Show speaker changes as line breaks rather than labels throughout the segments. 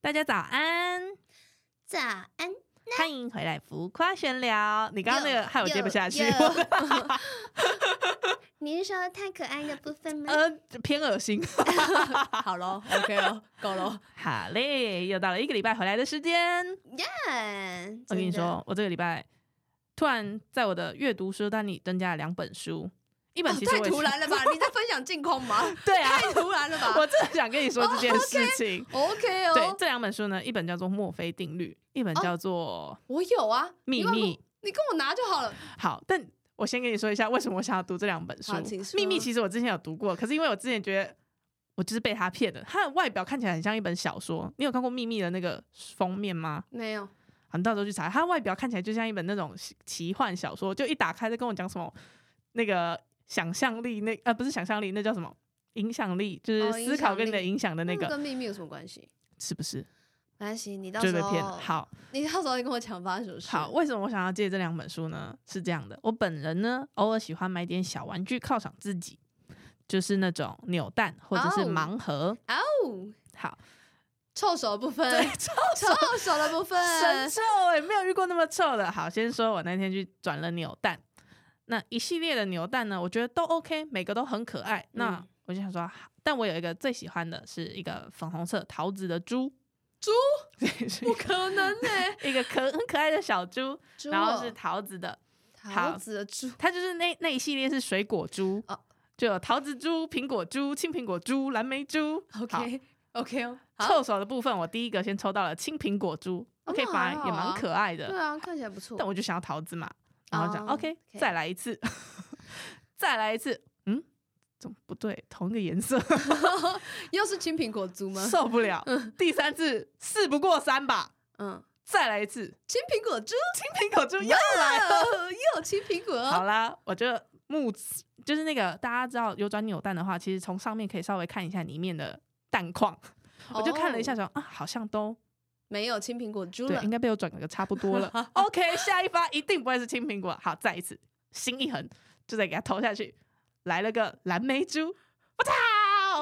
大家早安，
早安，
欢迎回来浮夸闲聊。你刚刚那个
哟
害我接不下去
哟，哟你是说太可爱的部分吗？
呃，偏恶心。呃
好咯 o k 哦，够咯。
好嘞，又到了一个礼拜回来的时间。
嗯，
我跟你
真的，
说，我这个礼拜突然在我的阅读书单里增加了两本书，一本
哦
其实
太
我已
突
经、
然了吧？你在分享近况吗？
对啊，
太突然了吧
我真的想跟你说这件事情。
？OK
对，
哦，
这两本书呢，一本叫做《墨菲定律》，一本叫做
我有啊，
《秘
哦你忘
密》。
你跟我拿就好了。
好，但我先跟你说一下为什么我想要读这两本书。
好请说
秘密》其实我之前有读过，可是因为我之前觉得我就是被他骗的，它的外表看起来很像一本小说。你有看过《秘密》的那个封面吗？
没有，
好，你到时候去查，它外表看起来就像一本那种奇奇幻小说，就一打开就跟我讲什么那个想象力，那呃不是想象力，那叫什么？影响力就是
哦
思考跟你的
影
影响的那个，
跟秘密有什么关系？
是不是
没关系，你到
就
时
被
候
骗了？好，
你到时候跟我讲发生什么事。
好，，为什么我想要借这两本书呢？是这样的，我本人呢，偶尔喜欢买点小玩具犒赏自己，就是那种扭蛋或者是
哦
盲盒。
哦，
好，
臭手的部分，
对，
臭手的部
神
分，
臭哎、没有遇过那么臭的。好，先说我那天去转了扭蛋，那一系列的扭蛋呢，我觉得都 OK，每个都很可爱。那
嗯
我就想说，好但我有一个最喜欢的是一个粉红色桃子的猪，
猪
对，是
不可能呢。
一个可很可爱的小猪，
猪
然后
哦
是桃子的，好
桃子的猪，
它就是那那一系列是水果猪，
哦
就有桃子猪、苹果猪、青苹果猪、蓝莓猪。好
OK OK 哦，好，
臭手的部分，我第一个先抽到了青苹果猪
哦
，OK，
那
反
还
而
好
也蛮
啊
可爱的。
对啊，看起来不错
但。我就想要桃子嘛，然后讲、
哦
OK，
，OK
再来一次， 再来一次，嗯，怎么不对？同一个颜色，
又是青苹果猪吗？
受不了。第三次事不过三吧，
嗯，
再来一次，
青苹果猪
青苹果猪 又来了。
哦，又青苹果。
啊好啦，我就目就是那个大家知道有转扭蛋的话，其实从上面可以稍微看一下里面的蛋况。我就看了一下
哦
想啊，好像都
没有青苹果猪
对
了，
应。该被我转个差不 多了。OK，下一发一定不会是青苹果。好，再一次，心一横，就再给它投下去，来了个蓝莓猪，我操！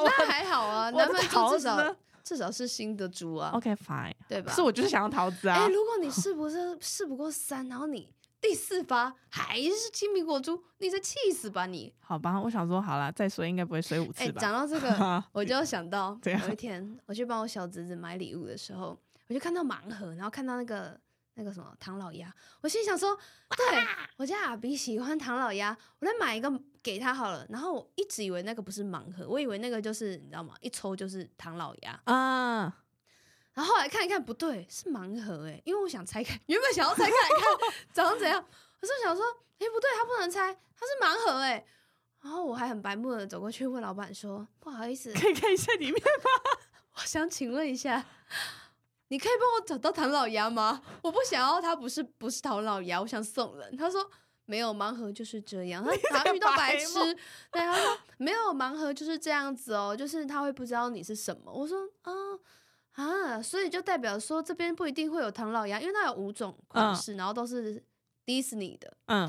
那还好啊，
我
南
的
蛮
桃
猪至
子呢
少至少是新的猪啊，
OK fine，
对吧？
可是我就是想要桃子
哎、
啊。
如果你试不是 试不过三，然后你第四发还是青苹果猪，你是气死吧你！
好吧，我想说好啦，再说应该不会衰五
哎、
次吧？
讲到这 个，我就想到
怎样
有一天我去帮我小侄子买礼物的时候，我就看到盲盒，然后看到那个那个什么唐老鸭，我心想说，对我家阿比喜欢唐老鸭，我再买一个给他好了。然后我一直以为那个不是盲盒，我以为那个就是你知道吗？一抽就是唐老鸭。
啊，
然后后来看一看，不对，是盲盒哎、因为我想拆开，原本想要拆开来 看长怎样，可是我想说，哎、不对，它不能拆，它是盲盒哎、然后我还很白目的走过去问老板说：“不好意思，
可以看一下里面
我想请问一下，你可以帮我找到唐老鸭吗？我不想要它，不是不是唐老鸭，我想送人。他说没有盲盒就是这样，他
个
他遇到白
白
痴
目，
对他说没有盲盒就是这样子哦，就是他会不知道你是什么。我说啊、啊，所以就代表说这边不一定会有唐老鸭，因为它有五种款
嗯
式，然后都是迪士尼的。
嗯，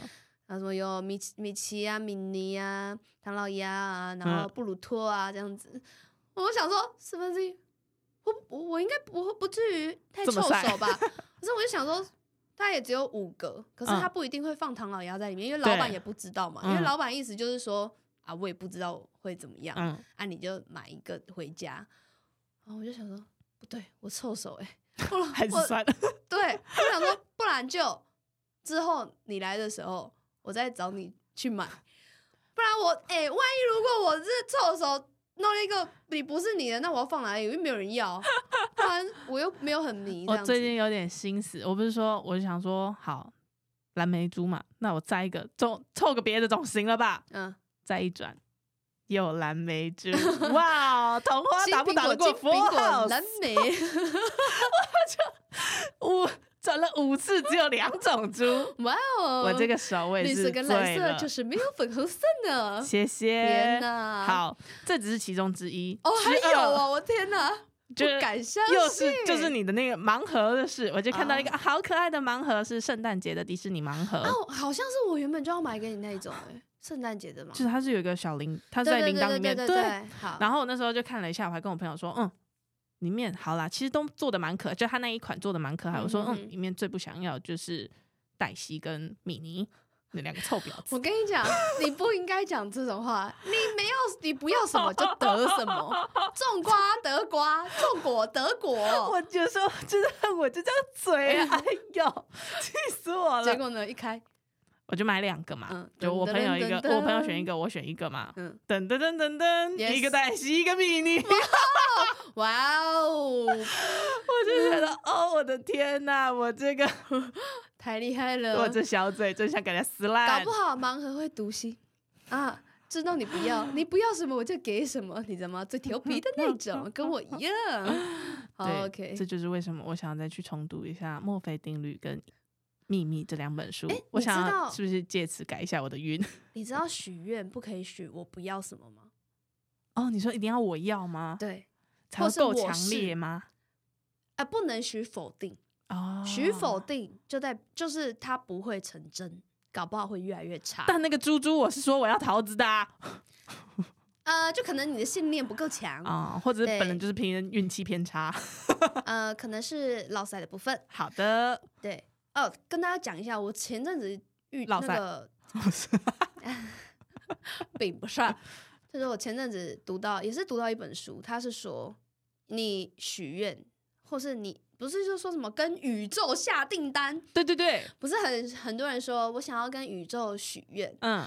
然后什么有米奇、米奇啊、米妮啊、唐老鸭啊，然后
嗯
布鲁托啊这样子。我想说四分之一，我我我应该不不至于太
这么
臭
晒
手吧？可是我就想说，它也只有五个，可是
嗯
它不一定会放唐老鸭在里面，因为老板
对
也不知道嘛。因为
嗯
老板意思就是说啊，我也不知道会怎么样，
嗯，
啊你就买一个回家。然后我就想说，不对，我臭手哎、欸， 我
还是
我
酸。
对，我想说，不然就之后你来的时候，我再找你去买。不然我哎、万一如果我是凑手弄了一个你不是你的，那我要放哪里？因为没有人要，不然我又没有很迷这
我
样子。
最近有点心死，我不是说，我就想说，好，蓝莓猪嘛，那我再一个，总凑个别的总行了吧？
嗯，
再一转，有蓝莓猪，哇，桃花
金
打不
苹
打
果、
得
金
过
苹
Full
果、
House？
蓝莓，
五转了五次，只有两种 猪，
哇哦！
我这个手我也
绿
是
色
醉
跟蓝色
了，
就是没有粉红色呢。
谢谢
天。哪！，
好，这只是其中之一
哦，还有，
之二
哦，我天哪！
就
不
是
敢相信，
又是就是你的那个盲盒的事，我就看到一个、
啊
啊好可爱的盲盒，是圣诞节的迪士尼盲盒。
啊，我好像是我原本就要买给你那一种哎、圣诞节的嘛，
就是它是有一个小铃，它是
对
在
对
铃铛
对
里面。
对对对，好，
然后我那时候就看了一下，我还跟我朋友说，嗯，里面好啦，其实都做的蛮可爱，就他那一款做的蛮可爱。我说
嗯嗯
嗯，
嗯
里面最不想要的就是黛西跟米 妮那两个臭婊
我
子。
跟你讲，你不应该讲这种话。你没有，你不要什么就得什么，种瓜得瓜，种果得果。
我就说，真的，我就这样嘴啊，哎呦，气死我
结
了！
果呢，一开，
我就买两个嘛，
嗯
就我
噔噔
朋友一个，
噔噔
我朋友选一个，我选一个嘛，
嗯，
噔噔噔噔噔
Yes
一个黛西，一个米妮，
哇哦，
我就觉 得，哦，我的天哪、我这个，
太厉害了！哦
我这小嘴真想给他撕烂
搞不。好盲盒会读心啊，知道你不要，你不要什么我就给什么，你知道吗？最调皮的那种，跟我一样。好
对
，OK，
这就是为什么我想要再去重读一下《墨菲定律》跟《秘密》这两本书。
诶
我
你知
想要
道
是不是借此改一下我的晕？
你知道许愿不可以许我不要什么吗？
哦，你说一定要我要吗？
对，
才
或
会
是
够
我
强
是
烈吗？
啊，不能许否定。
哦，
许否？定就在就是它不会成真，搞不好会越来越差。
但那个猪猪，我是说我要桃子的啊，
呃，就可能你的信念不够强，
啊或者是本人
嗯对
就是凭运气偏 差。
呃，可能是老塞的部分。
好的，
对，哦，跟大家讲一下，我前阵子遇
落
那
塞
个 并不是，啊就是我前阵子读到也是读到一本书，它是说你许愿，或是你不是就说什么跟宇宙下订单，
对对对，
不是很很多人说我想要跟宇宙许愿，
嗯，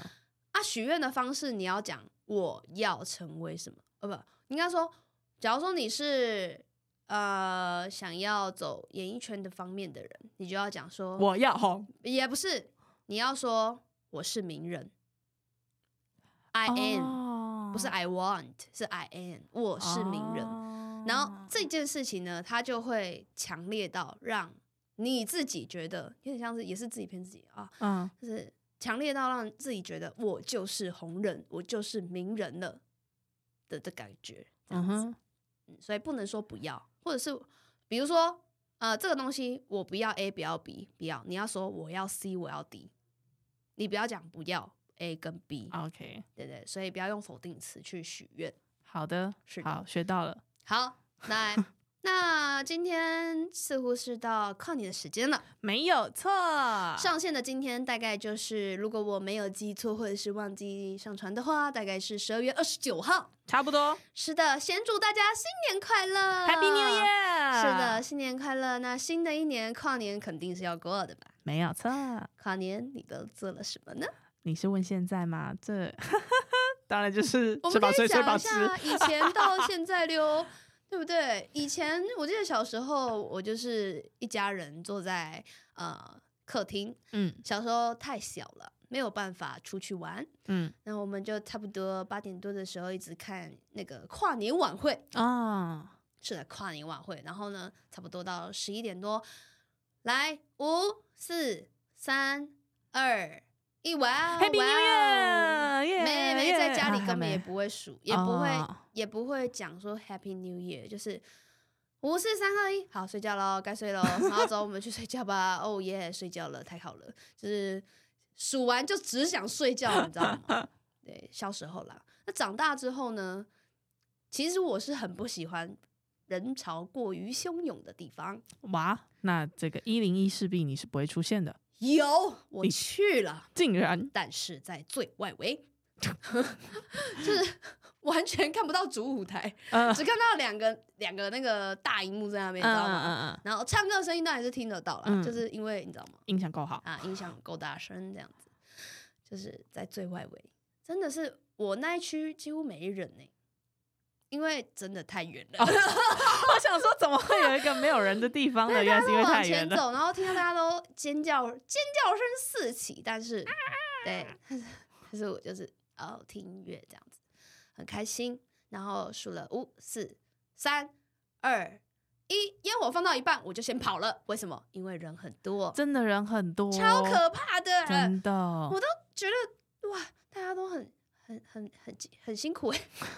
啊，许愿的方式你要讲我要成为什么，呃，不，应该说，假如说你是呃想要走演艺圈的方面的人，你就要讲说，
我要红。
也不是，你要说我是名人，I
哦
am，、
am
不是 I want，是 I am，我是名人。
哦
然后这件事情呢，它就会强烈到让你自己觉得有点像是也是自己骗自己啊，
嗯，
就是强烈到让自己觉得我就是红人，我就是名人了的的感觉，这样
嗯
子、
哼，
嗯所以不能说不要，或者是比如说，呃，这个东西我不要 A，不要 B，不要，你要说我要 C，我要 D，你不要讲不要 A 跟 B，、
，OK，
对对，所以不要用否定词去许愿。
好的，
是的
好，学到了。
好，来， 那今天似乎是到靠你的时间了。
没有错，
上线的今天大概就是，如果我没有记错或者是忘记上传的话，大概是十二月二十九号。
差不多。
是的，先祝大家新年快乐
Happy New Year！
是的，，新年快乐。那新的一年跨年肯定是要过的吧？
没有错。
跨年你都做了什么呢？
你是问现在吗？这 当然就是
我
吃
们
饱
可
睡，睡
以想
饱
一
吃。
下以前到现在溜， 对不对？以前我记得小时候，我就是一家人坐在呃客厅，
嗯
小时候太小了，没有办法出去玩。
嗯
那我们就差不多八点多的时候一直看那个跨年晚会，
哦，
是的，跨年晚会。然后呢，差不多到十一点多，来五四三二一，哇哦
Happy New
哇哦
Year！耶
没没在家里
耶
根本
还没
也不会数，也不会、
啊哦
也不会讲说 Happy New Year，就是五四三二一，好睡觉喽，该睡喽，然后走，我们去睡觉吧。哦耶，睡觉了，太好了，就是数完就只想睡觉，你知道吗？ 对，小时候啦，那长大之后呢，其实我是很不喜欢人潮过于汹涌的地方。
哇。那这个一零一势必你是不会出现的，
有，我
你
去了。
竟然
但是在最外围， 就是完全看不到主舞台，
呃，
只看到两个两个那个大荧幕在那边，你知道吗？
嗯嗯嗯，
然后唱歌的声音当然是听得到啦，
嗯
就是因为你知道吗？
印象够好。
啊，音响够大声，这样子，就是在最外围，真的是我那一区几乎没人呢、因为真的太远了。
我想说，怎么会有一个没有人的地 方呢？原来是因为
往
太远
前
了。
走，然后听到大家都尖叫，尖叫声四起，但是对，但是我就是哦听音乐这样子，很开心。然后数了五、四、三、二、一，烟火放到一半我就先跑了，为什么？因为人很多，
真的人很多，
超可怕的，
真的
我。都觉得哇，大家都很很很很很辛苦哎、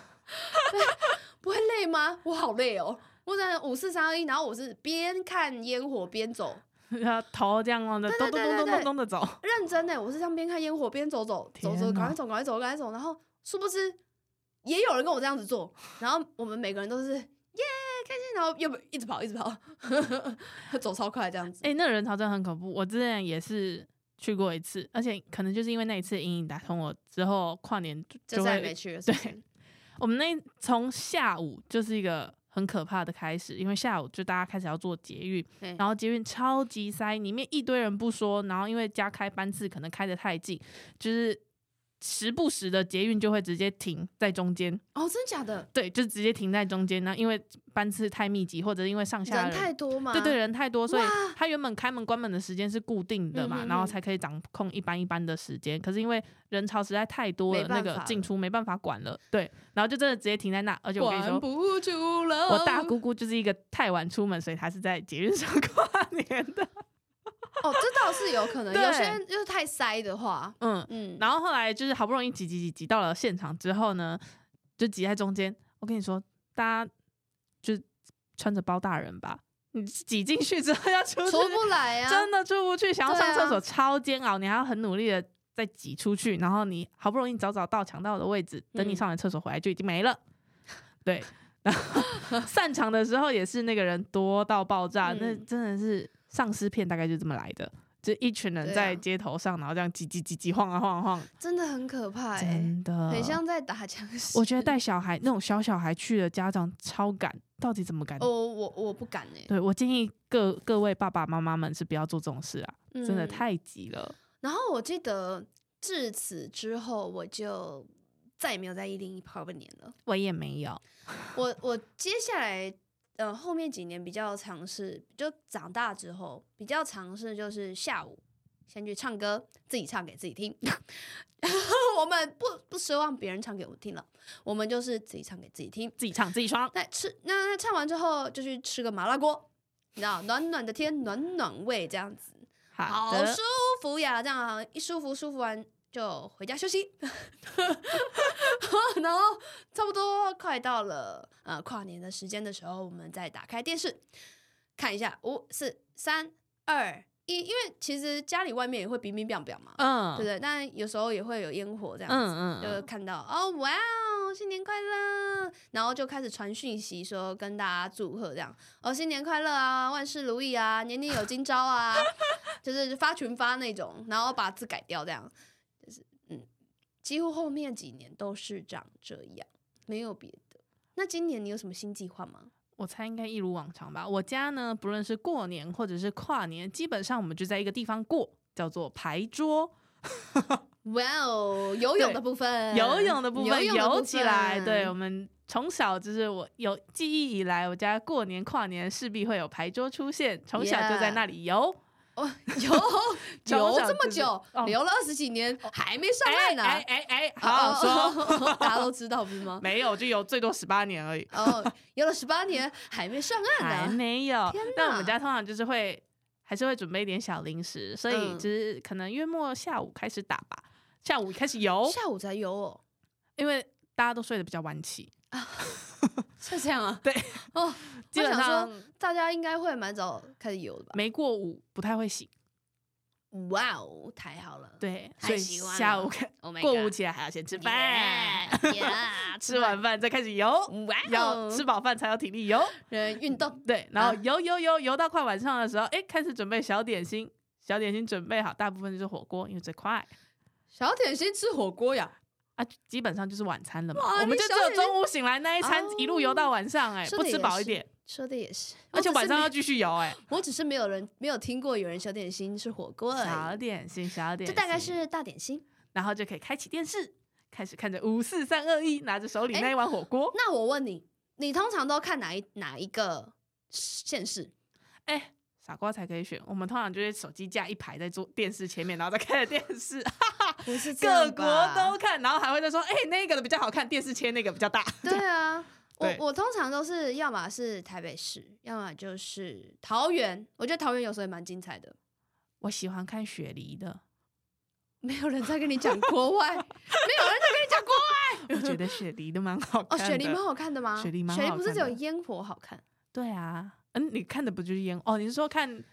不会累吗？我好累哦，我只能五四三二一，然后我是边看烟火边走，
然后头这样往着
对
咚
对
咚咚
对
咚咚
对
咚的走，
认真的、我是这样边看烟火边走走走走，
天哪
赶快走赶快走赶快走，然后殊不知也有人跟我这样子做，然后我们每个人都是耶开心，然后又不一直跑，一直 跑，走超快这样子。
哎、那个人潮真的很恐怖。我之前也是去过一次，而且可能就是因为那一次阴影打通我之后，跨年就
就
就
再也没
会
去了，是不是
对我们那一从下午就是一个很可怕的开始，因为下午就大家开始要做捷运，
对
然后捷运超级塞，里面一堆人不说，然后因为加开班次可能开得太近，就是时不时的捷运就会直接停在中间，
哦，真假的？
对，就直接停在中间。那因为班次太密集，或者因为上下
人太多嘛？
对对，人太多，所以
啊哇
它原本开门关门的时间是固定的嘛，
嗯嗯嗯
然后才可以掌控一班一班的时间。可是因为人潮实在太多
没
了，那
办
个
法
进出没办法管了，对，然后就真的直接停在那。而且我跟你
管
说，
不住了。
我大姑姑就是一个太晚出门，所以她是在节日上 跨年 的。
哦，这倒是有可能，
对
有些人就是太塞的话，
嗯，
嗯，
然后后来就是好不容易挤挤挤挤到了现场之后呢，就挤在中间。我跟你说，大家就穿着包大人吧，你挤进去之后要出去
出不来啊，
真的出不去，想要
对
上厕
啊
所超煎熬，你还要很努力的再挤出去，然后你好不容易早早到抢到我的位置，等你
嗯
上完厕所回来就已经没 了。对， 然后散场的时候也是那个人多到爆炸，那
嗯
真的是丧尸片大概就这么来的，就一群人
对啊
在街头上，然后这样挤挤挤挤晃啊晃啊晃，
真的很可怕哎，
真的
很像在打僵尸。
我觉得带小孩那种小小孩去的家长超赶，到底怎么赶？
哦，我我不敢哎，
对我建议各各位爸爸妈妈们是不要做这种事啊，真的
嗯
太急了。
然后我记得至此之后，我就再也没有在一零一泡过年了。
我也没有，
我我接下来呃后面几年比较尝试，就长大之后比较尝试就是下午先去唱歌，自己唱给自己听。 我们不不奢望别人唱给我们听了，我们就是自己唱给自己听。
自己唱自己爽。
那吃那那唱完之后就去吃个麻辣锅，你知道暖暖的天，暖暖胃这样子。
好
好
的，
舒服呀，这样一舒服舒服完就回家休息， 然后差不多快到了呃跨年的时间的时候，我们再打开电视看一下，五四三二一，因为其实家里外面也会冰冰冰冰嘛，
嗯，
对不对？但有时候也会有烟火这样子，
嗯嗯
就
嗯，
看到哦哇哦新年快乐，然后就开始传讯息说跟大家祝贺这样，哦新年快乐啊，万事如意啊，年年有今朝啊， 就是发群发那种，然后把字改掉这样，就是嗯，几乎后面几年都是长这样，没有别的。那今年你有什么新计划吗？
我猜应该一如往常吧。我家呢，不论是过年或者是跨年，基本上我们就在一个地方过，叫做牌桌，
哇哦，游泳的部分，
游泳的部分
游泳的部
嗯游起来。
分
对我们从小就是我有记忆以来，我家过年跨年势必会有牌桌出现，从小就在那里游。
哦， 游游
从小
这么
就是
久
哦，
游了二十几年，还没上
哎
岸呢、啊
哎哎哎，好好说，
说，大家都知道不是吗？
没有就有最多十八年而已。
哦，游了十八年还没上
还
岸呢、
没有
天。
但我
哪
们家通常就是会还是会准备一点小零食，所以
嗯
就是可能月末下午开始打吧，下午开始游，
下午才游哦，
因为大家都睡得比较晚起，
是这样啊？
对，
哦，
基本
我想
上
说大家应该会蛮早开始游的吧？
没过午不太会醒。
哇哦，太好了，
对，
太
所以
喜欢了
下午开
Oh my God，
过午起来还要先吃饭，
Yeah，
吃完饭再开始游。
饭，哇
要
哦，
吃饱饭才有体力游，
人运动，
对，然后
啊
游游游游到快晚上的时候，哎，开始准备小点心，小点心准备好，大部分就是火锅，因为最快。
小点心吃火锅呀，
啊，基本上就是晚餐了嘛
哇。
我们
你
就只
小
有
姐
中午醒来那一餐，
哦
一路游到晚上、哎，
说
不
得
吃
也
饱一
是
点，
说的也是，
而且
我只是
晚上
没
要继续游、欸
我只是没有人没有听过有人小点心吃火锅
哎，
而
小
已，
点心，小点
这
心，
大概，是大点心。
然后就可以开启电视，开始看着五四三二一，拿着手
哎
里那一碗火锅，
那我问你，你通常都看哪一哪一个县市？
哎、傻瓜才可以选。我们通常就是手机架一排在桌电视前面，然后再看着电 视，
不是这
各
样
国
吧
都看，然后还会再说，哎、那个的比较好看，电视切那个比较大。
对啊。我
对
我通常都是要么是台北市，要么就是桃园。我觉得桃园有时候也蛮精彩的，
我喜欢看雪梨的，
没有人在跟你讲国 外，没有人在跟你讲国外。
我觉得雪梨的蛮好
哦，
看的。
雪梨蛮好看的吗？
雪梨蛮
雪梨
好
不是
看
只有
的
烟火好看？
对啊，嗯，你看的不就是烟？哦，你是说看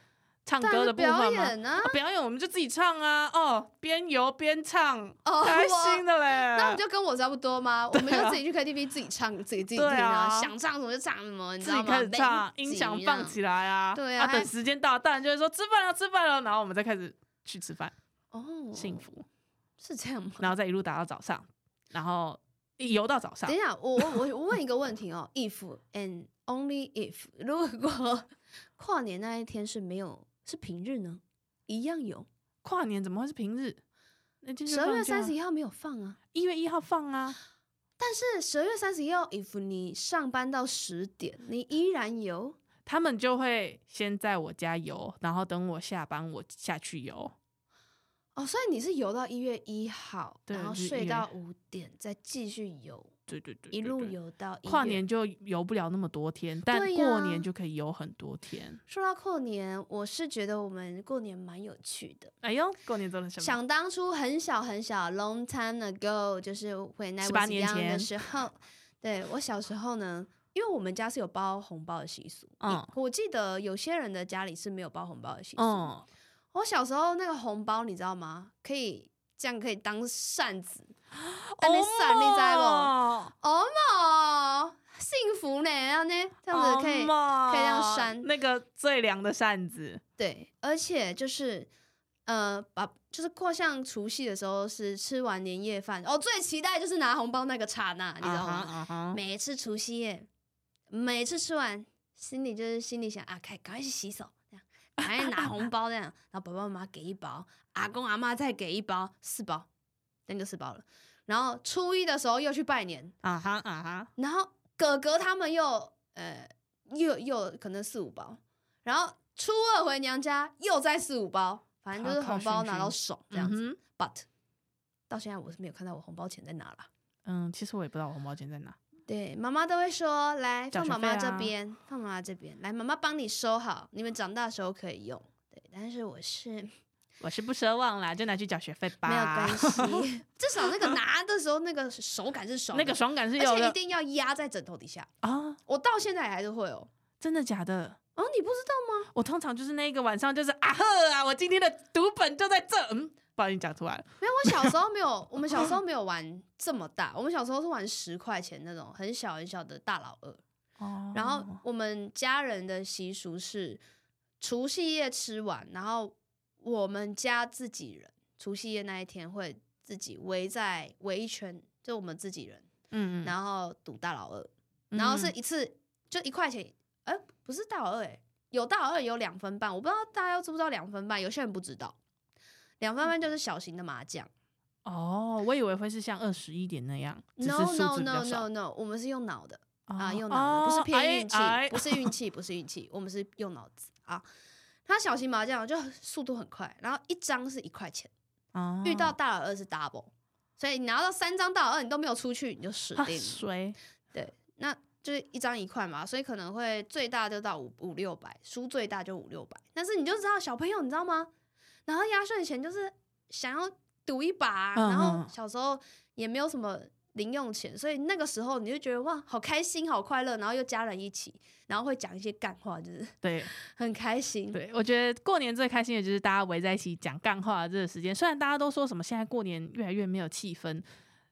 唱
当
歌
然
的
是
部分
表
吗？
演啊
啊，表演我们就自己唱啊，哦，边游边唱，
哦
开
我
心的啊嘞。
那不就跟我差不多吗？我们就自己去 KTV 自己唱，自己自己听
对啊
想唱什么就唱什么，你知
自
道
己
吗？
开始唱，
没
音响
急
放
呢
起来啊，
对
啊
啊，
等时间到，大人就会说吃饭了，吃饭了，然后我们再开始去吃饭，
哦，
幸福，
是这样吗？
然后再一路打到早上，然后游到早上
等一。下，我我我我问一个问题哦，if and only if，如 果跨年那一天是没有是平日呢，一样有，
跨年怎么会是平日？那就是
十二
放
月
假
三十一号没有放啊。
一月一号放啊，
但是十二月三十一号，if 你上班到十点，你依然有
他们就会先在我家游，然后等我下班我下去游。
哦，所以你是游到一月一号，
对
然后
是
睡
1
到五点，再继续游，
对对对
一
对
路
对
游到1
跨
月
年就游不了那么多天，但
对
过
呀
年就可以游很多天。
说到过年，我是觉得我们过年蛮有趣的。
哎呦，过年做了什么？
想当初很小很小，long time ago，就是回来
18
was
年
young 的
前
时候，对我小时候呢，因为我们家是有包红包的习俗，
嗯
我记得有些人的家里是没有包红包的习俗。
嗯，
我小时候那个红包你知道吗？可以这样可以当扇 子，
哦
安尼扇你知不？
莫
哦莫，幸福呢，然后呢这样子可以。
哦
可以这样
莫
扇
那个最凉的扇子，
对，而且就是呃，把就是过像除夕的时候是吃完年夜饭，哦，最期待就是拿红包那个刹那，你知道吗？
啊哈啊哈
每一次除夕夜，每一次吃完，心里就是心里想啊，赶赶快去洗手，这样赶快拿红包这样，然后爸爸妈妈给一包，阿公阿妈再给一包，四包，那就四包了。然后初一的时候又去拜年，
啊哈啊哈，
然后哥哥他们又呃又又可能四五包，然后初二回娘家又再四五包，反正就是
好好
红包
循
拿到
循
爽这样子。
嗯哼
But 到现在我是没有看到我红包钱在哪了。
嗯，其实我也不知道我红包钱在哪。
对，妈妈都会说来
缴学
放妈妈
费
这
啊
边，放妈妈这边，来妈妈帮你收好，你们长大的时候可以用。对，但是 我是没
我是不奢望啦，就拿去缴学费吧。
有关，系， 至少那个拿的时候那个手感是爽
那
的，
个爽感是有
而且一
的
定要压在枕头底下。
啊，
我到现在还是会哦。
真的假的？
哦，你不知道吗？
我通常就是那一个晚上，就是啊呵啊，我今天的读本就在这，嗯，不好意思讲出来了。
没有，我小时候没有，我们小时 候没有玩这么大，我们小时候是玩十块钱那种很小很小的大老二。
哦
然后我们家人的习俗是除夕夜吃完，然后我们家自己人除夕夜那一天会自己围在围一圈，就我们自己人，
嗯嗯，
然后赌大老二，然后是一次就一块钱，哎、不是大老二、哎，有大老二有两分半，我不知道大家知不知道两分半，有些人不知道，两
嗯
分半就是小型的麻将。
哦，我以为会是像二十一点那样只是
No
数
no
字比较
no
少
no no，我们是用脑的啊，
哦
用脑的，不是
哎
偏运气
哎，
不是运气，不是运气，我们是用脑子啊。他小型麻将就速度很快，然后一张是一块钱，
哦
遇到大老二是 double，所以你拿到三张大老二你都没有出去，你就死
啊
定了。
谁
对，那就是一张一块嘛，所以可能会最大就到五五六百，输最大就五六百。但是你就知道小朋友，你知道吗？然后压岁钱就是想要赌一把啊、
嗯
然
嗯
后小时候也没有什么零用钱，所以那个时候你就觉得哇，好开心，好快乐，然后又家人一起，然后会讲一些干话，就是
对
很开心。
对，我觉得过年最开心的就是大家围在一起讲干话的这个时间。虽然大家都说什么现在过年越来越没有气氛，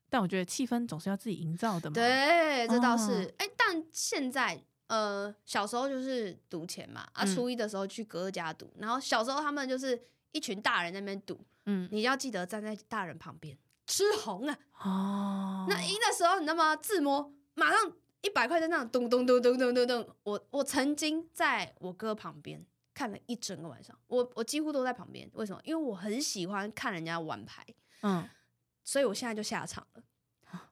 但我觉得气氛总是要自己营造的嘛。
对，这倒是
哦。
哎、但现在呃，小时候就是赌钱嘛，啊，
嗯
初一的时候去哥哥家赌，然后小时候他们就是一群大人在那边赌，
嗯，
你要记得站在大人旁边吃红啊。
哦，
那赢的时候，你知道吗？自摸马上一百块在那咚咚咚咚咚咚咚。我我曾经在我哥旁边看了一整个晚上，我我几乎都在旁边。为什么？因为我很喜欢看人家玩牌。
嗯，
所以我现在就下场了。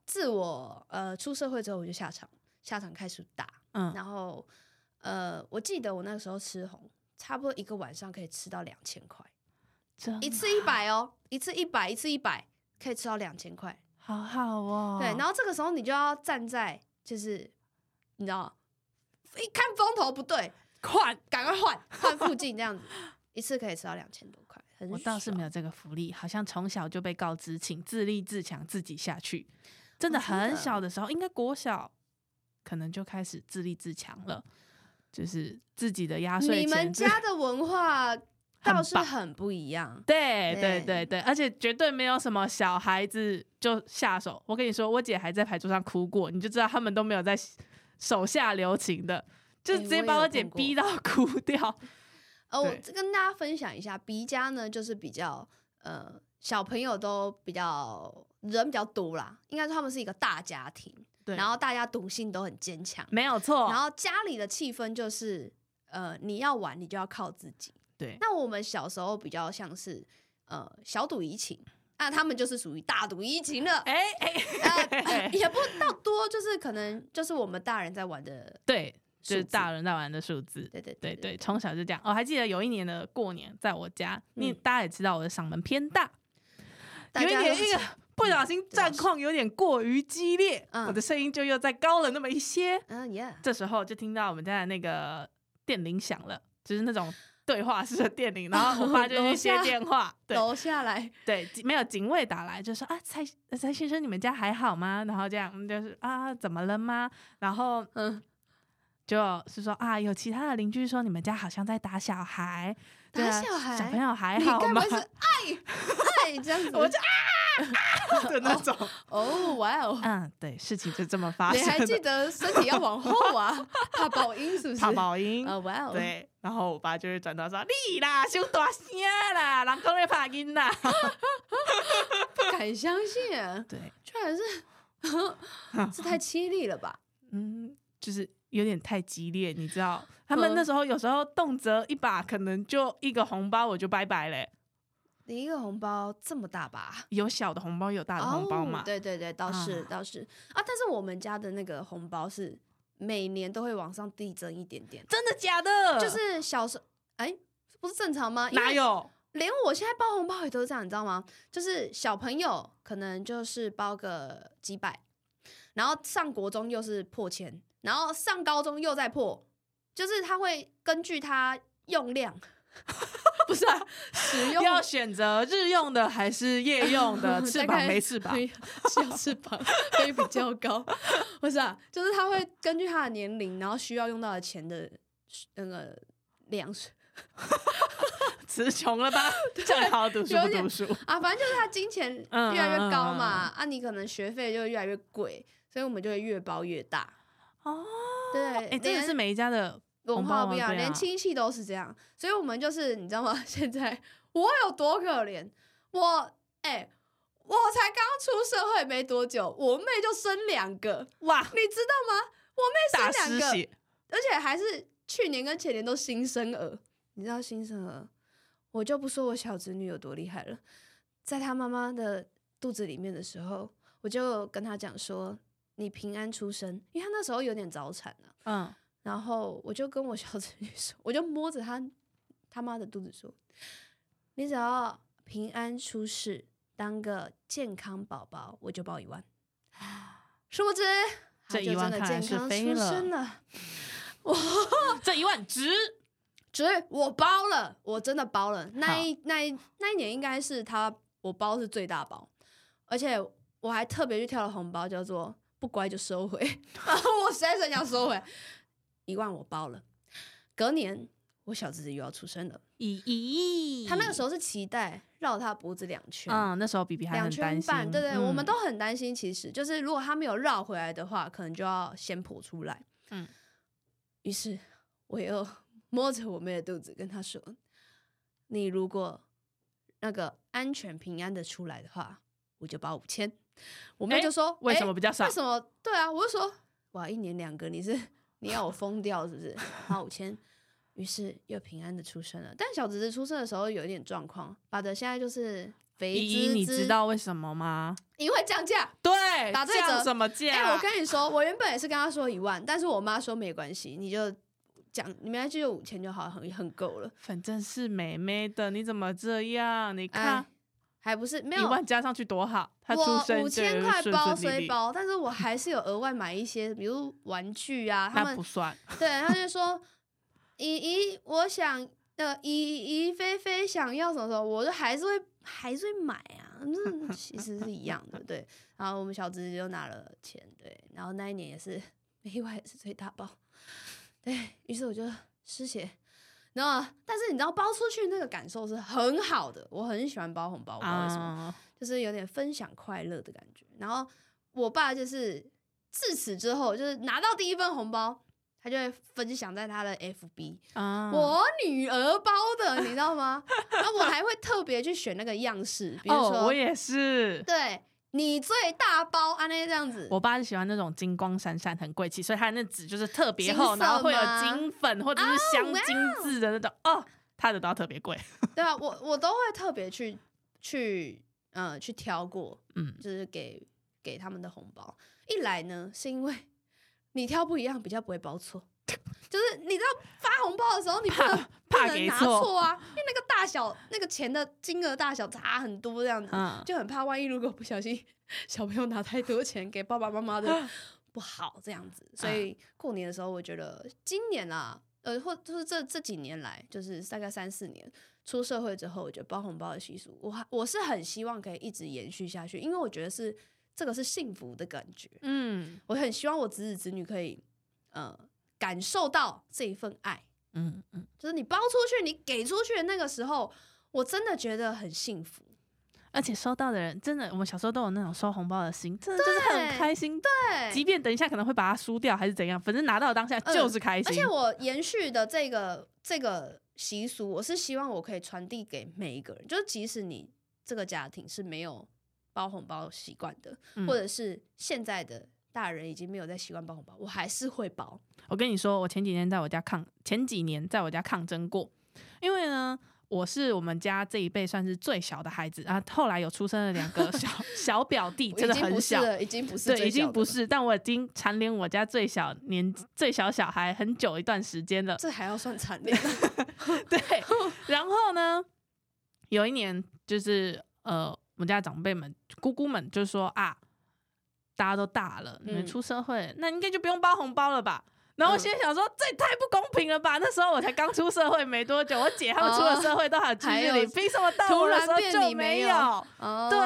自我呃出社会之后我就下场，下场开始打，
嗯
然后呃我记得我那个时候吃红，差不多一个晚上可以吃到两千块，
真
一次一百哦，一次一百，一次一百，可以吃到两千块。
好好哦。
对，然后这个时候你就要站在就是你知道，一看风头不对，换，赶快换换附近这样子，一次可以吃到两千多块，很
我倒是
爽
没有这个福利，好像从小就被告知，请自立自强，自己下去。真的
哦真的
很小的时候，应该国小可能就开始自立自强了。就是自己的压岁
你
钱。
们
就是
家的 文化
很
倒是
棒
很不一样。
对对
对
对对，而且绝对没有什么小孩子就下手。我跟你说，我姐还在牌桌上哭过，你就知道他们都没有在手下留情的，就
哎
直接
我
把
有
我姐
碰过
逼到哭掉。
哦，我
对
跟大家分享一下，B 家呢就是比较呃小朋友都比较人比较多啦，应该说他们是一个大家庭，
对，
然后大家赌性都很坚强，
没有错，
然后家里的气氛就是呃你要玩你就要靠自己。
对
那我们小时候比较像是呃小赌怡情，那他们就是属于大赌怡情了。
哎哎、
呃，也不到多，就是可能就是我们大人在玩的，
对，就是
数字
大人在玩的数字。
对对
对对，
对，
从小就这样。哦我、还记得有一年的过年，在我家，你、
嗯
大家也知道我的嗓门偏大，
大
有一
家
年
都
一个不小心
这倒
战
是
况有点过于激烈，
嗯
我的声音就又再高了那么一些。
嗯耶，
这时候就听到我们家的那个电铃响了，就是那种对话式的电铃，然后我 爸就去接电话， 对
楼下来
对，警没有警卫打来就说啊，蔡蔡先生，你们家还好吗？然后这样，我们就是啊，怎么了吗？然后
嗯，
就是说啊，有其他的邻居说你们家好像在打小孩，对
打
啊
小孩
小朋友还
你
好
该不
吗
会？是爱爱这样子？
我就啊的那种，
哦，哇哦！
嗯，对，事情就这么发
你
生
还
啊的。
记得身体要往后啊？怕爆音是不是？
怕宝音
啊，哇哦！，
对，然后我爸就会转头说：“你啦，胸大声啦，人讲在怕音 啦。
不敢相信啊，”
对，
居然是， 这太凄厉了吧？
嗯，就是有点太激烈，你知道，他们
嗯
那时候有时候动辄一把，可能就一个红包我就拜拜嘞、
你一个红包这么大吧？
有小的红包，有大的红包嘛。
哦对对对，倒是
啊
倒是啊！但是我们家的那个红包是每年都会往上递增一点点，
真的假的？
就是小时候，哎，不是正常吗？因为
呃哪有？
连我现在包红包也都是这样，你知道吗？就是小朋友可能就是包个几百，然后上国中又是破千，然后上高中又在破，就是他会根据他用 量，不是啊，使用
要选择日用的还是夜用 的？翅膀没翅膀？，
小翅膀飞比较高， 不是啊，就是他会根据他的年龄，然后需要用到的钱的那个量是
词穷了 吧？正好读书
有
不
点
读书？
啊，反正就是他金钱
嗯
越来越高嘛，啊，你可能学费就越来越贵，所以我们就会越包越大。
哦，
对，
哎，真的是
连
每一家的
文化不一样，
红包啊对啊
连亲戚都是这样，所以我们就是你知道吗？ 现在我有多可怜，我哎、我才刚出社会没多久，我妹就生两个，
哇，
你知道吗？我
大
妹生
失
两个，
血。
而且还是去年跟前年都新生儿。你知道新生儿，我就不说我小侄女有多厉害了，在她妈妈的肚子里面的时候，我就跟她讲说：“你平安出生。”因为她那时候有点早产啊。
嗯，
然后我就跟我小侄女说，我就摸着她他妈的肚子说：“你只要平安出世，当个健康宝宝，我就包一万。” 殊不知，她
这
就
一万
真的
看来
健
是
康
飞
出
了
生了。
这一万值。
所以我包了，我真的包了。那
好
一那一那一年应该是他我包是最大包，而且我还特别去挑了红包，叫做不乖就收回。 然后我实在是很想收回，一万我包了。隔年我小侄子又要出生了，
咦咦，
他那个时
候，
候是脐带绕他脖子两圈。
嗯，那时候比比还
两
很担
圈半，
心，
对对，
嗯
我们都很担心。其实就是，如果他没有绕回来的话，可能就要先剖出来。
嗯，
于是我又 摸着我妹的肚子跟她说：“你如果那个安全平安的出来的话，我就包五千。”我妹
诶
就说：“
为什么
诶
比较少
为什么？对啊，我就说哇，一年两个，你是你要我疯掉是不是？包五千。”于是又平安的出生了，但小侄子出生的时候有一点状况，把的现在就是肥滋
咦咦，你知
滋
道为什么吗？
因为降价。
对，啊
打对
降
折
什么价？
哎、我跟你说，我原本也是跟他说一万，但是我妈说没关系，你就讲，你们就有五千就好，很很够了。
反正是美美的，你怎么这样？你
哎
看，
还不是没
一
有，
万加上去多好，他出
我
生
五
就
千块
顺
包
顺利
虽
利，
包，但是我还是有额外买一些，比如玩具啊，他
那
们
不算。
对，他就说，姨姨，我想。呃，姨姨菲菲想要什么什么，我就还是会还是会买啊，那其实是一样的，对。然后我们小侄子就拿了钱，对，然后那一年也是每一晚也是最大包，对于是我就失血。然后，但是你知道包出去那个感受是很好的，我很喜欢包红包，哦我不知道为什么，
啊，
就是有点分享快乐的感觉。然后我爸就是自此之后，就是拿到第一份红包，他就会分享在他的 FB，、
啊
我女儿包的，你知道吗？ 然后我还会特别去选那个样式，比如说，
哦，我也是。
对你最大包啊，那这样子，
我爸是喜欢那种金光闪闪、很贵气，所以他那纸就是特别厚，
金色
然后会有
吗啊
金粉或者是香
哇
精字的那种。哦，他的都要特别贵。
对啊，我我都会特别去去呃去挑过，
嗯，
就是给给他们的红包。一来呢，是因为你挑不一样，比较不会包错。就是你知道发红包的时候，你不能不
怕
能
给
拿
错
错啊，因为那个大小、那个钱的金额大小差很多，这样子、
嗯
就很怕万一如果不小心小朋友拿太多钱给爸爸妈妈的不好，这样子。所以过年的时候，我觉得今年啊，呃，或就是这这几年来，就是大概三四年，出社会之后，我觉得包红包的习俗，我还我是很希望可以一直延续下去，因为我觉得是这个是幸福的感觉。
嗯
我很希望我子子子女可以呃感受到这一份爱，
嗯嗯。
就是你包出去，你给出去的那个时候，我真的觉得很幸福。
而且收到的人真的，我们小时候都有那种收红包的心，真的就是很
对
开心。即
对，
便等一下可能会把它输掉还是怎样，反正拿到的当下
嗯
就是开
而
心。
且我延续的这个这个习俗，我是希望我可以传递给每一个人，就是即使你这个家庭是没有包红包习惯的，
嗯
或者是现在的大人已经没有在习惯包红包，我还是会包。
我跟你说，我前几天在我家抗，前几年在我家抗争过，因为呢，我是我们家这一辈算是最小的孩子啊，后来有出生了两 个小小表弟，真的
已经
很
不是
小。
了，已经不是最小的
对，
了，
已经不是，但我已经蝉联我家最小年最小小孩很久一段时间了。
这还要算惨烈。
对，然后呢，有一年就是呃，我们家长辈们、姑姑们就说啊，大家都大了，你们
嗯
出社会了，那应该就不用包红包了吧？然后我
嗯
心里想说，这也太不公平了吧！那时候我才刚出社会没多久，我姐她们出了社会都还有去
还
日
有
里，凭什么到
哦突
我的
然
时候
变
就
你
没
没有
有？
哦
对，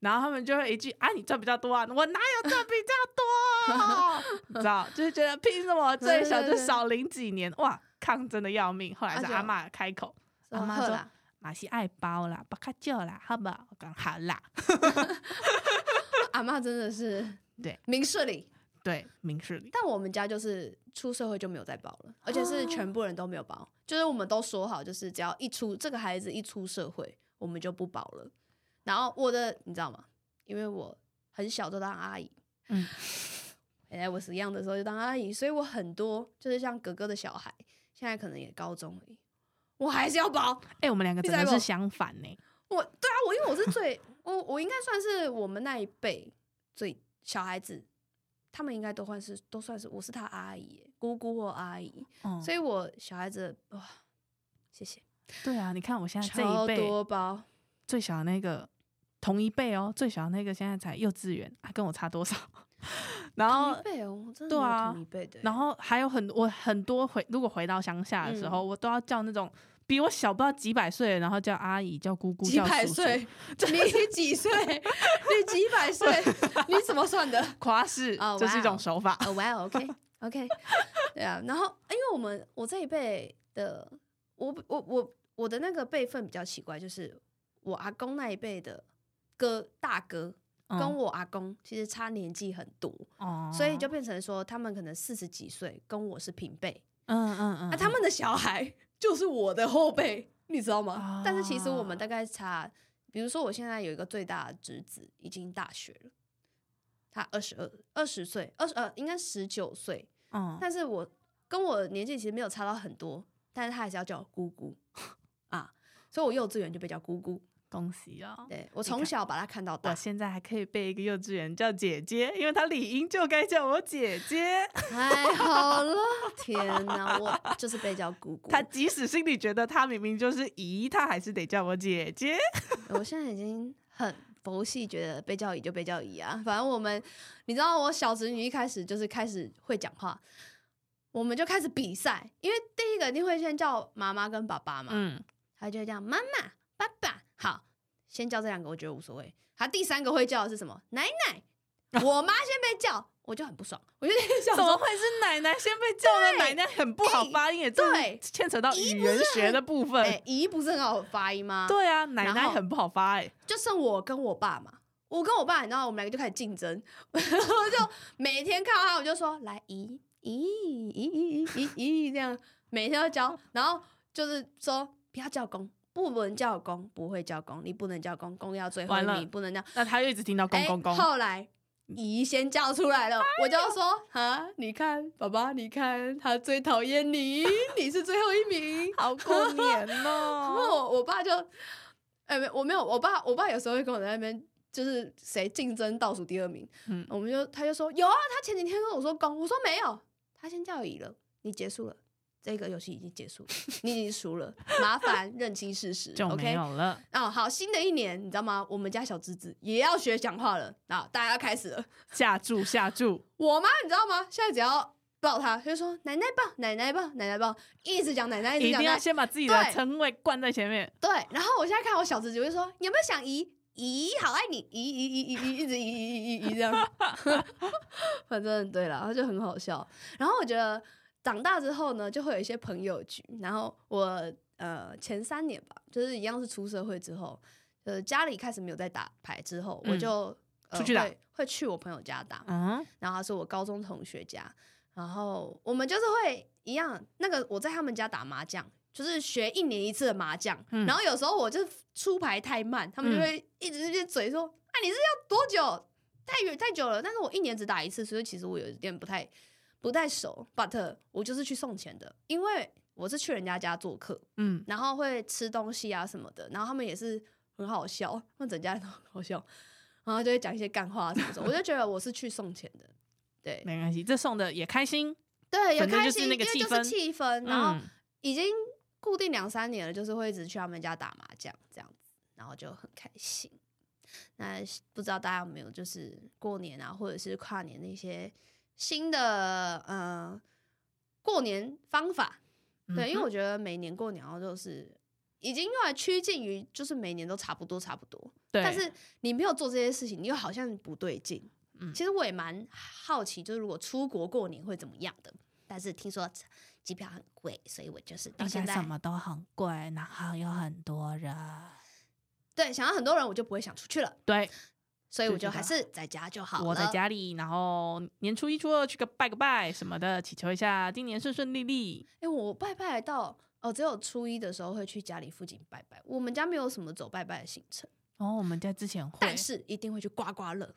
然后他们就会一句啊，你赚比较多啊，我哪有赚比较多？ 你知道，就是觉得凭什么最小就少领几年？哇，抗争的要命。后来是
啊就
阿嬷开口，
说
阿妈
好
说
啦
马西爱包啦，不卡旧啦，好不好？我讲好啦，
阿妈真的是
对
明事理。
对，明事理。
但我们家就是出社会就没有再包了，而且是全部人都没有包，就是我们都说好，就是只要一出这个孩子一出社会，我们就不包了。然后我的你知道吗？因为我很小就当阿姨，
嗯，
本来我是一样的时候就当阿姨，所以我很多就是像哥哥的小孩，现在可能也高中而已，我还是要包。
哎、我们两个真的是相反呢、
我对啊，我因为我是最我我应该算是我们那一辈最小孩子，他们应该都算是都算是我是他阿姨耶姑姑或阿姨，
嗯，
所以我小孩子哇，谢谢，
对啊，你看我现在这一
超
辈
多包，
最小的那个，同一辈哦，最小的那个现在才幼稚园，啊，跟我差多少？ 然后
同一辈哦，我真的
对
没有
啊
同一辈的耶，欸
然后还有很我很多回，如果回到乡下的时候，我都要叫那种比我小不知道几百岁的，然后叫阿姨、叫姑姑、
几
叫
百
叔叔，
岁，你几岁？ 你几 百岁？你怎么算的？
夸式，
哦
这是一
哇
种
哦
手法。
哦，哇哦，OK OK，对 啊，然后因为我们我这一辈的，我我我我的那个辈分比较奇怪，就是我阿公那一辈的哥大哥跟
嗯
我阿公其实差年纪很多，
哦
所以就变成说他们可能四十几岁跟我是平辈，
嗯嗯嗯，
啊，他们的小孩 就是我的后辈，你知道吗
啊？
但是其实我们大概差，比如说我现在有一个最大的侄子已经大学了，他二十二二十岁，二十呃应该十九岁，
嗯
但是我跟我年纪其实没有差到很多，但是他还是要叫我姑姑啊，所以我幼稚园就被叫姑姑，
恭喜啊！
对我从小把他看到
我
大，
现在还可以被一个幼稚园叫姐姐，因为她理应就该叫我姐 姐。
太哎好了，天哪，我就是被叫姑姑，
她即使心里觉得她明明就是姨，她还是得叫我姐姐。
我现在已经很佛系，觉得被叫姨就被叫姨啊。反正我们，你知道，我小侄女一开始就是开始会讲话，我们就开始比赛，因为第一个一定会先叫妈妈跟爸爸嘛，
嗯，
她就会叫妈妈、爸爸。好， 先叫这两个，我觉得无所谓。她第三个会叫的是什么？奶奶。我妈先被叫，我就很不爽，我就有点想
怎
说
么会是奶奶先被叫的奶奶很不好发音耶？这
对
牵扯到语言学的部分。
哎，咦、不是很好发音吗？，
对啊，奶
然
奶
后
很不好发哎。
就剩我跟我爸嘛。我跟我爸，你知道，我们两个就开始竞争， 然后就每天看到他，我就说来咦咦咦咦咦咦这样，每天都教，然后就是说不要叫公，不能叫公，不会叫公，你不能叫公，公要最后一
完了
名，不能这样。
那他就一直听到公
哎
公公，
后来姨先叫出来了，我就说啊，你看爸爸，你看他最讨厌你，你是最后一名。
好过年
然后
哦。
我我爸就，哎、没我没有，我爸我爸有时候会跟我在那边。就是谁竞争倒数第二名，
嗯
我们就他就说有啊，他前几天跟我说公，我说没有，他先叫姨了，你结束了，这个游戏已经结束了，你已经输了，麻烦认清事 实
就没
，OK？
有了。
哦，好，新的一年你知道吗？我们家小侄子也要学讲话了，啊，大家要开始了。
下注下注，
我妈你知道吗？现在只要抱他，就说奶奶抱，奶奶抱，奶奶抱，一直讲奶奶，直
一
讲
定
奶
要
奶。
先把自己的
对
称谓冠在前面。
对，然后我现在看我小侄子就会说，你有没有想姨？姨好爱你，姨姨姨姨姨一直姨姨姨姨姨这样， 反正对了，他就很好笑。然后我觉得长大之后呢，就会有一些朋友局。然后我呃前三年吧，就是一样是出社会之后，呃家里开始没有在打牌之后，我
嗯
就、呃、
出去打
会会去我朋友家打。
嗯，
然后他是我高中同学家，然后我们就是会一样，那个我在他们家打麻将，就是学一年一次的麻将，
嗯
然后有时候我就是出牌太慢，他们就
嗯
会一直在嘴说，啊你是要多久？太远太久了，但是我一年只打一次，所以其实我有一点不太不太熟，but 我就是去送钱的，因为我是去人家家做客，
嗯，
然后会吃东西啊什么的，然后他们也是很好笑，他们整家人都很好笑，然后就会讲一些干话啊什么的，我就觉得我是去送钱的，对
没关系，这送的也开心。
对，有
反正
开
就是
心，
那个
因为
气
就
氛
是气氛，然后
嗯
已经固定两三年了，就是会一直去他们家打麻将这样子，然后就很开心。那不知道大家有没有就是过年啊，或者是跨年的一些新的呃过年方法？
嗯
对，因为我觉得每年过年后就是已经越来趋近于就是每年都差不多差不多，
对，
但是你没有做这些事情，你又好像不对劲。
嗯
其实我也蛮好奇，就是如果出国过年会怎么样的，但是听说机票很贵，所以我就是到
应
现
该
在
什么都很贵，然后有很多人。
对想要很多人，我就不会想出去了，
对，
所以我
就
就
觉
还
得
是在家就好了。
我在，家里，然后年初一、初二去个拜个拜什么的，祈求一下今年顺顺利利。
哎、我拜拜到哦，只有初一的时候会去家里附近拜拜，我们家没有什么走拜拜的行程，
然后我们家之前会，
但是一定会去刮刮乐。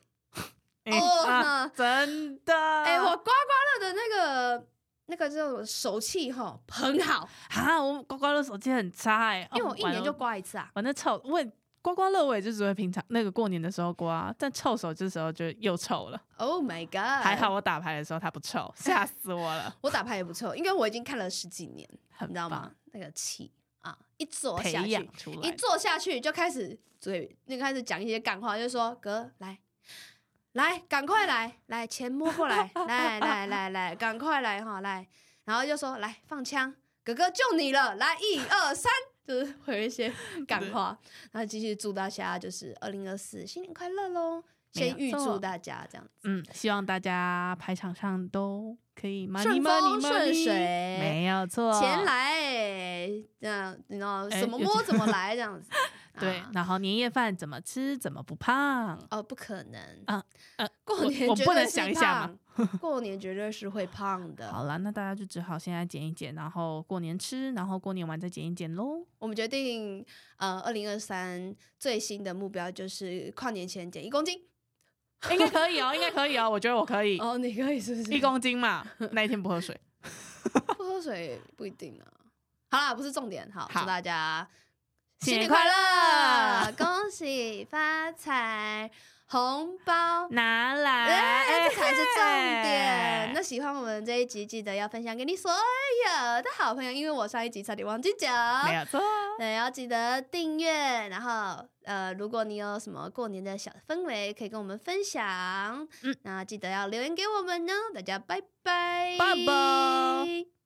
哎
哦
啊
那
真的，
哎、我刮刮乐的那个那个叫什么手气哈很好，
哈，我刮刮乐手气很差哎、
因为
哦
我一
完
年
了
就刮一次啊。
完了臭，我也刮刮乐我也就只会平常那个过年的时候刮，啊但臭手这时候就又臭了。
Oh my god！
还好我打牌的时候它不臭，吓死我了。
我打牌也不错，因为我已经看了十几年， 你
很
知道
棒
吗？那个气啊，一坐
培
下去
养，出
一
来，
坐下去就开始嘴，那个开始讲一些干话，就说哥来。来，赶快来，来钱摸过来，来来来来，赶快来哈，来，然后就说来放枪，哥哥救你了，来一二三， 就是会有一些干话，然后继续祝大家就是二零二四新年快乐喽，
没有
先预
错
祝大家这样子。
嗯，希望大家牌场上都可以 money
顺
money
风顺
money，
水
没有错，
钱来、欸，这样你知道
哎
什么
有
摸
这。
怎么来这样子
对
啊，
然后年夜饭怎么吃怎么不胖，
哦，不可能
啊呃
过
我
年
我
绝
不
对
能
是
想一下吗
胖过年绝对是会胖
好
的。
啦，那大家就只好现在减一减，然后过年吃，然后过年完再减一减喽。
我们决定，呃，二零二三最新的目标就是跨年前减一公斤。
应该 可以哦，应该可以哦，我觉得我可 以，
哦，你可以是不是？
一公斤嘛，那一天不喝水。
不喝水不一定啊。好啦，不是重点。好，
好
祝大家
新年
快
快乐
恭喜发财，红包
拿来，
哎，这才是重
哎
点。那喜欢我们这一集，记得要分享给你所有的好朋友，因为我上一集差点忘记
没
讲。
有错，
对，要记得订阅，然后呃，如果你有什么过年的小氛围，可以跟我们分享。
嗯
哦那记得要留言给我们呢，大家拜拜，
拜拜。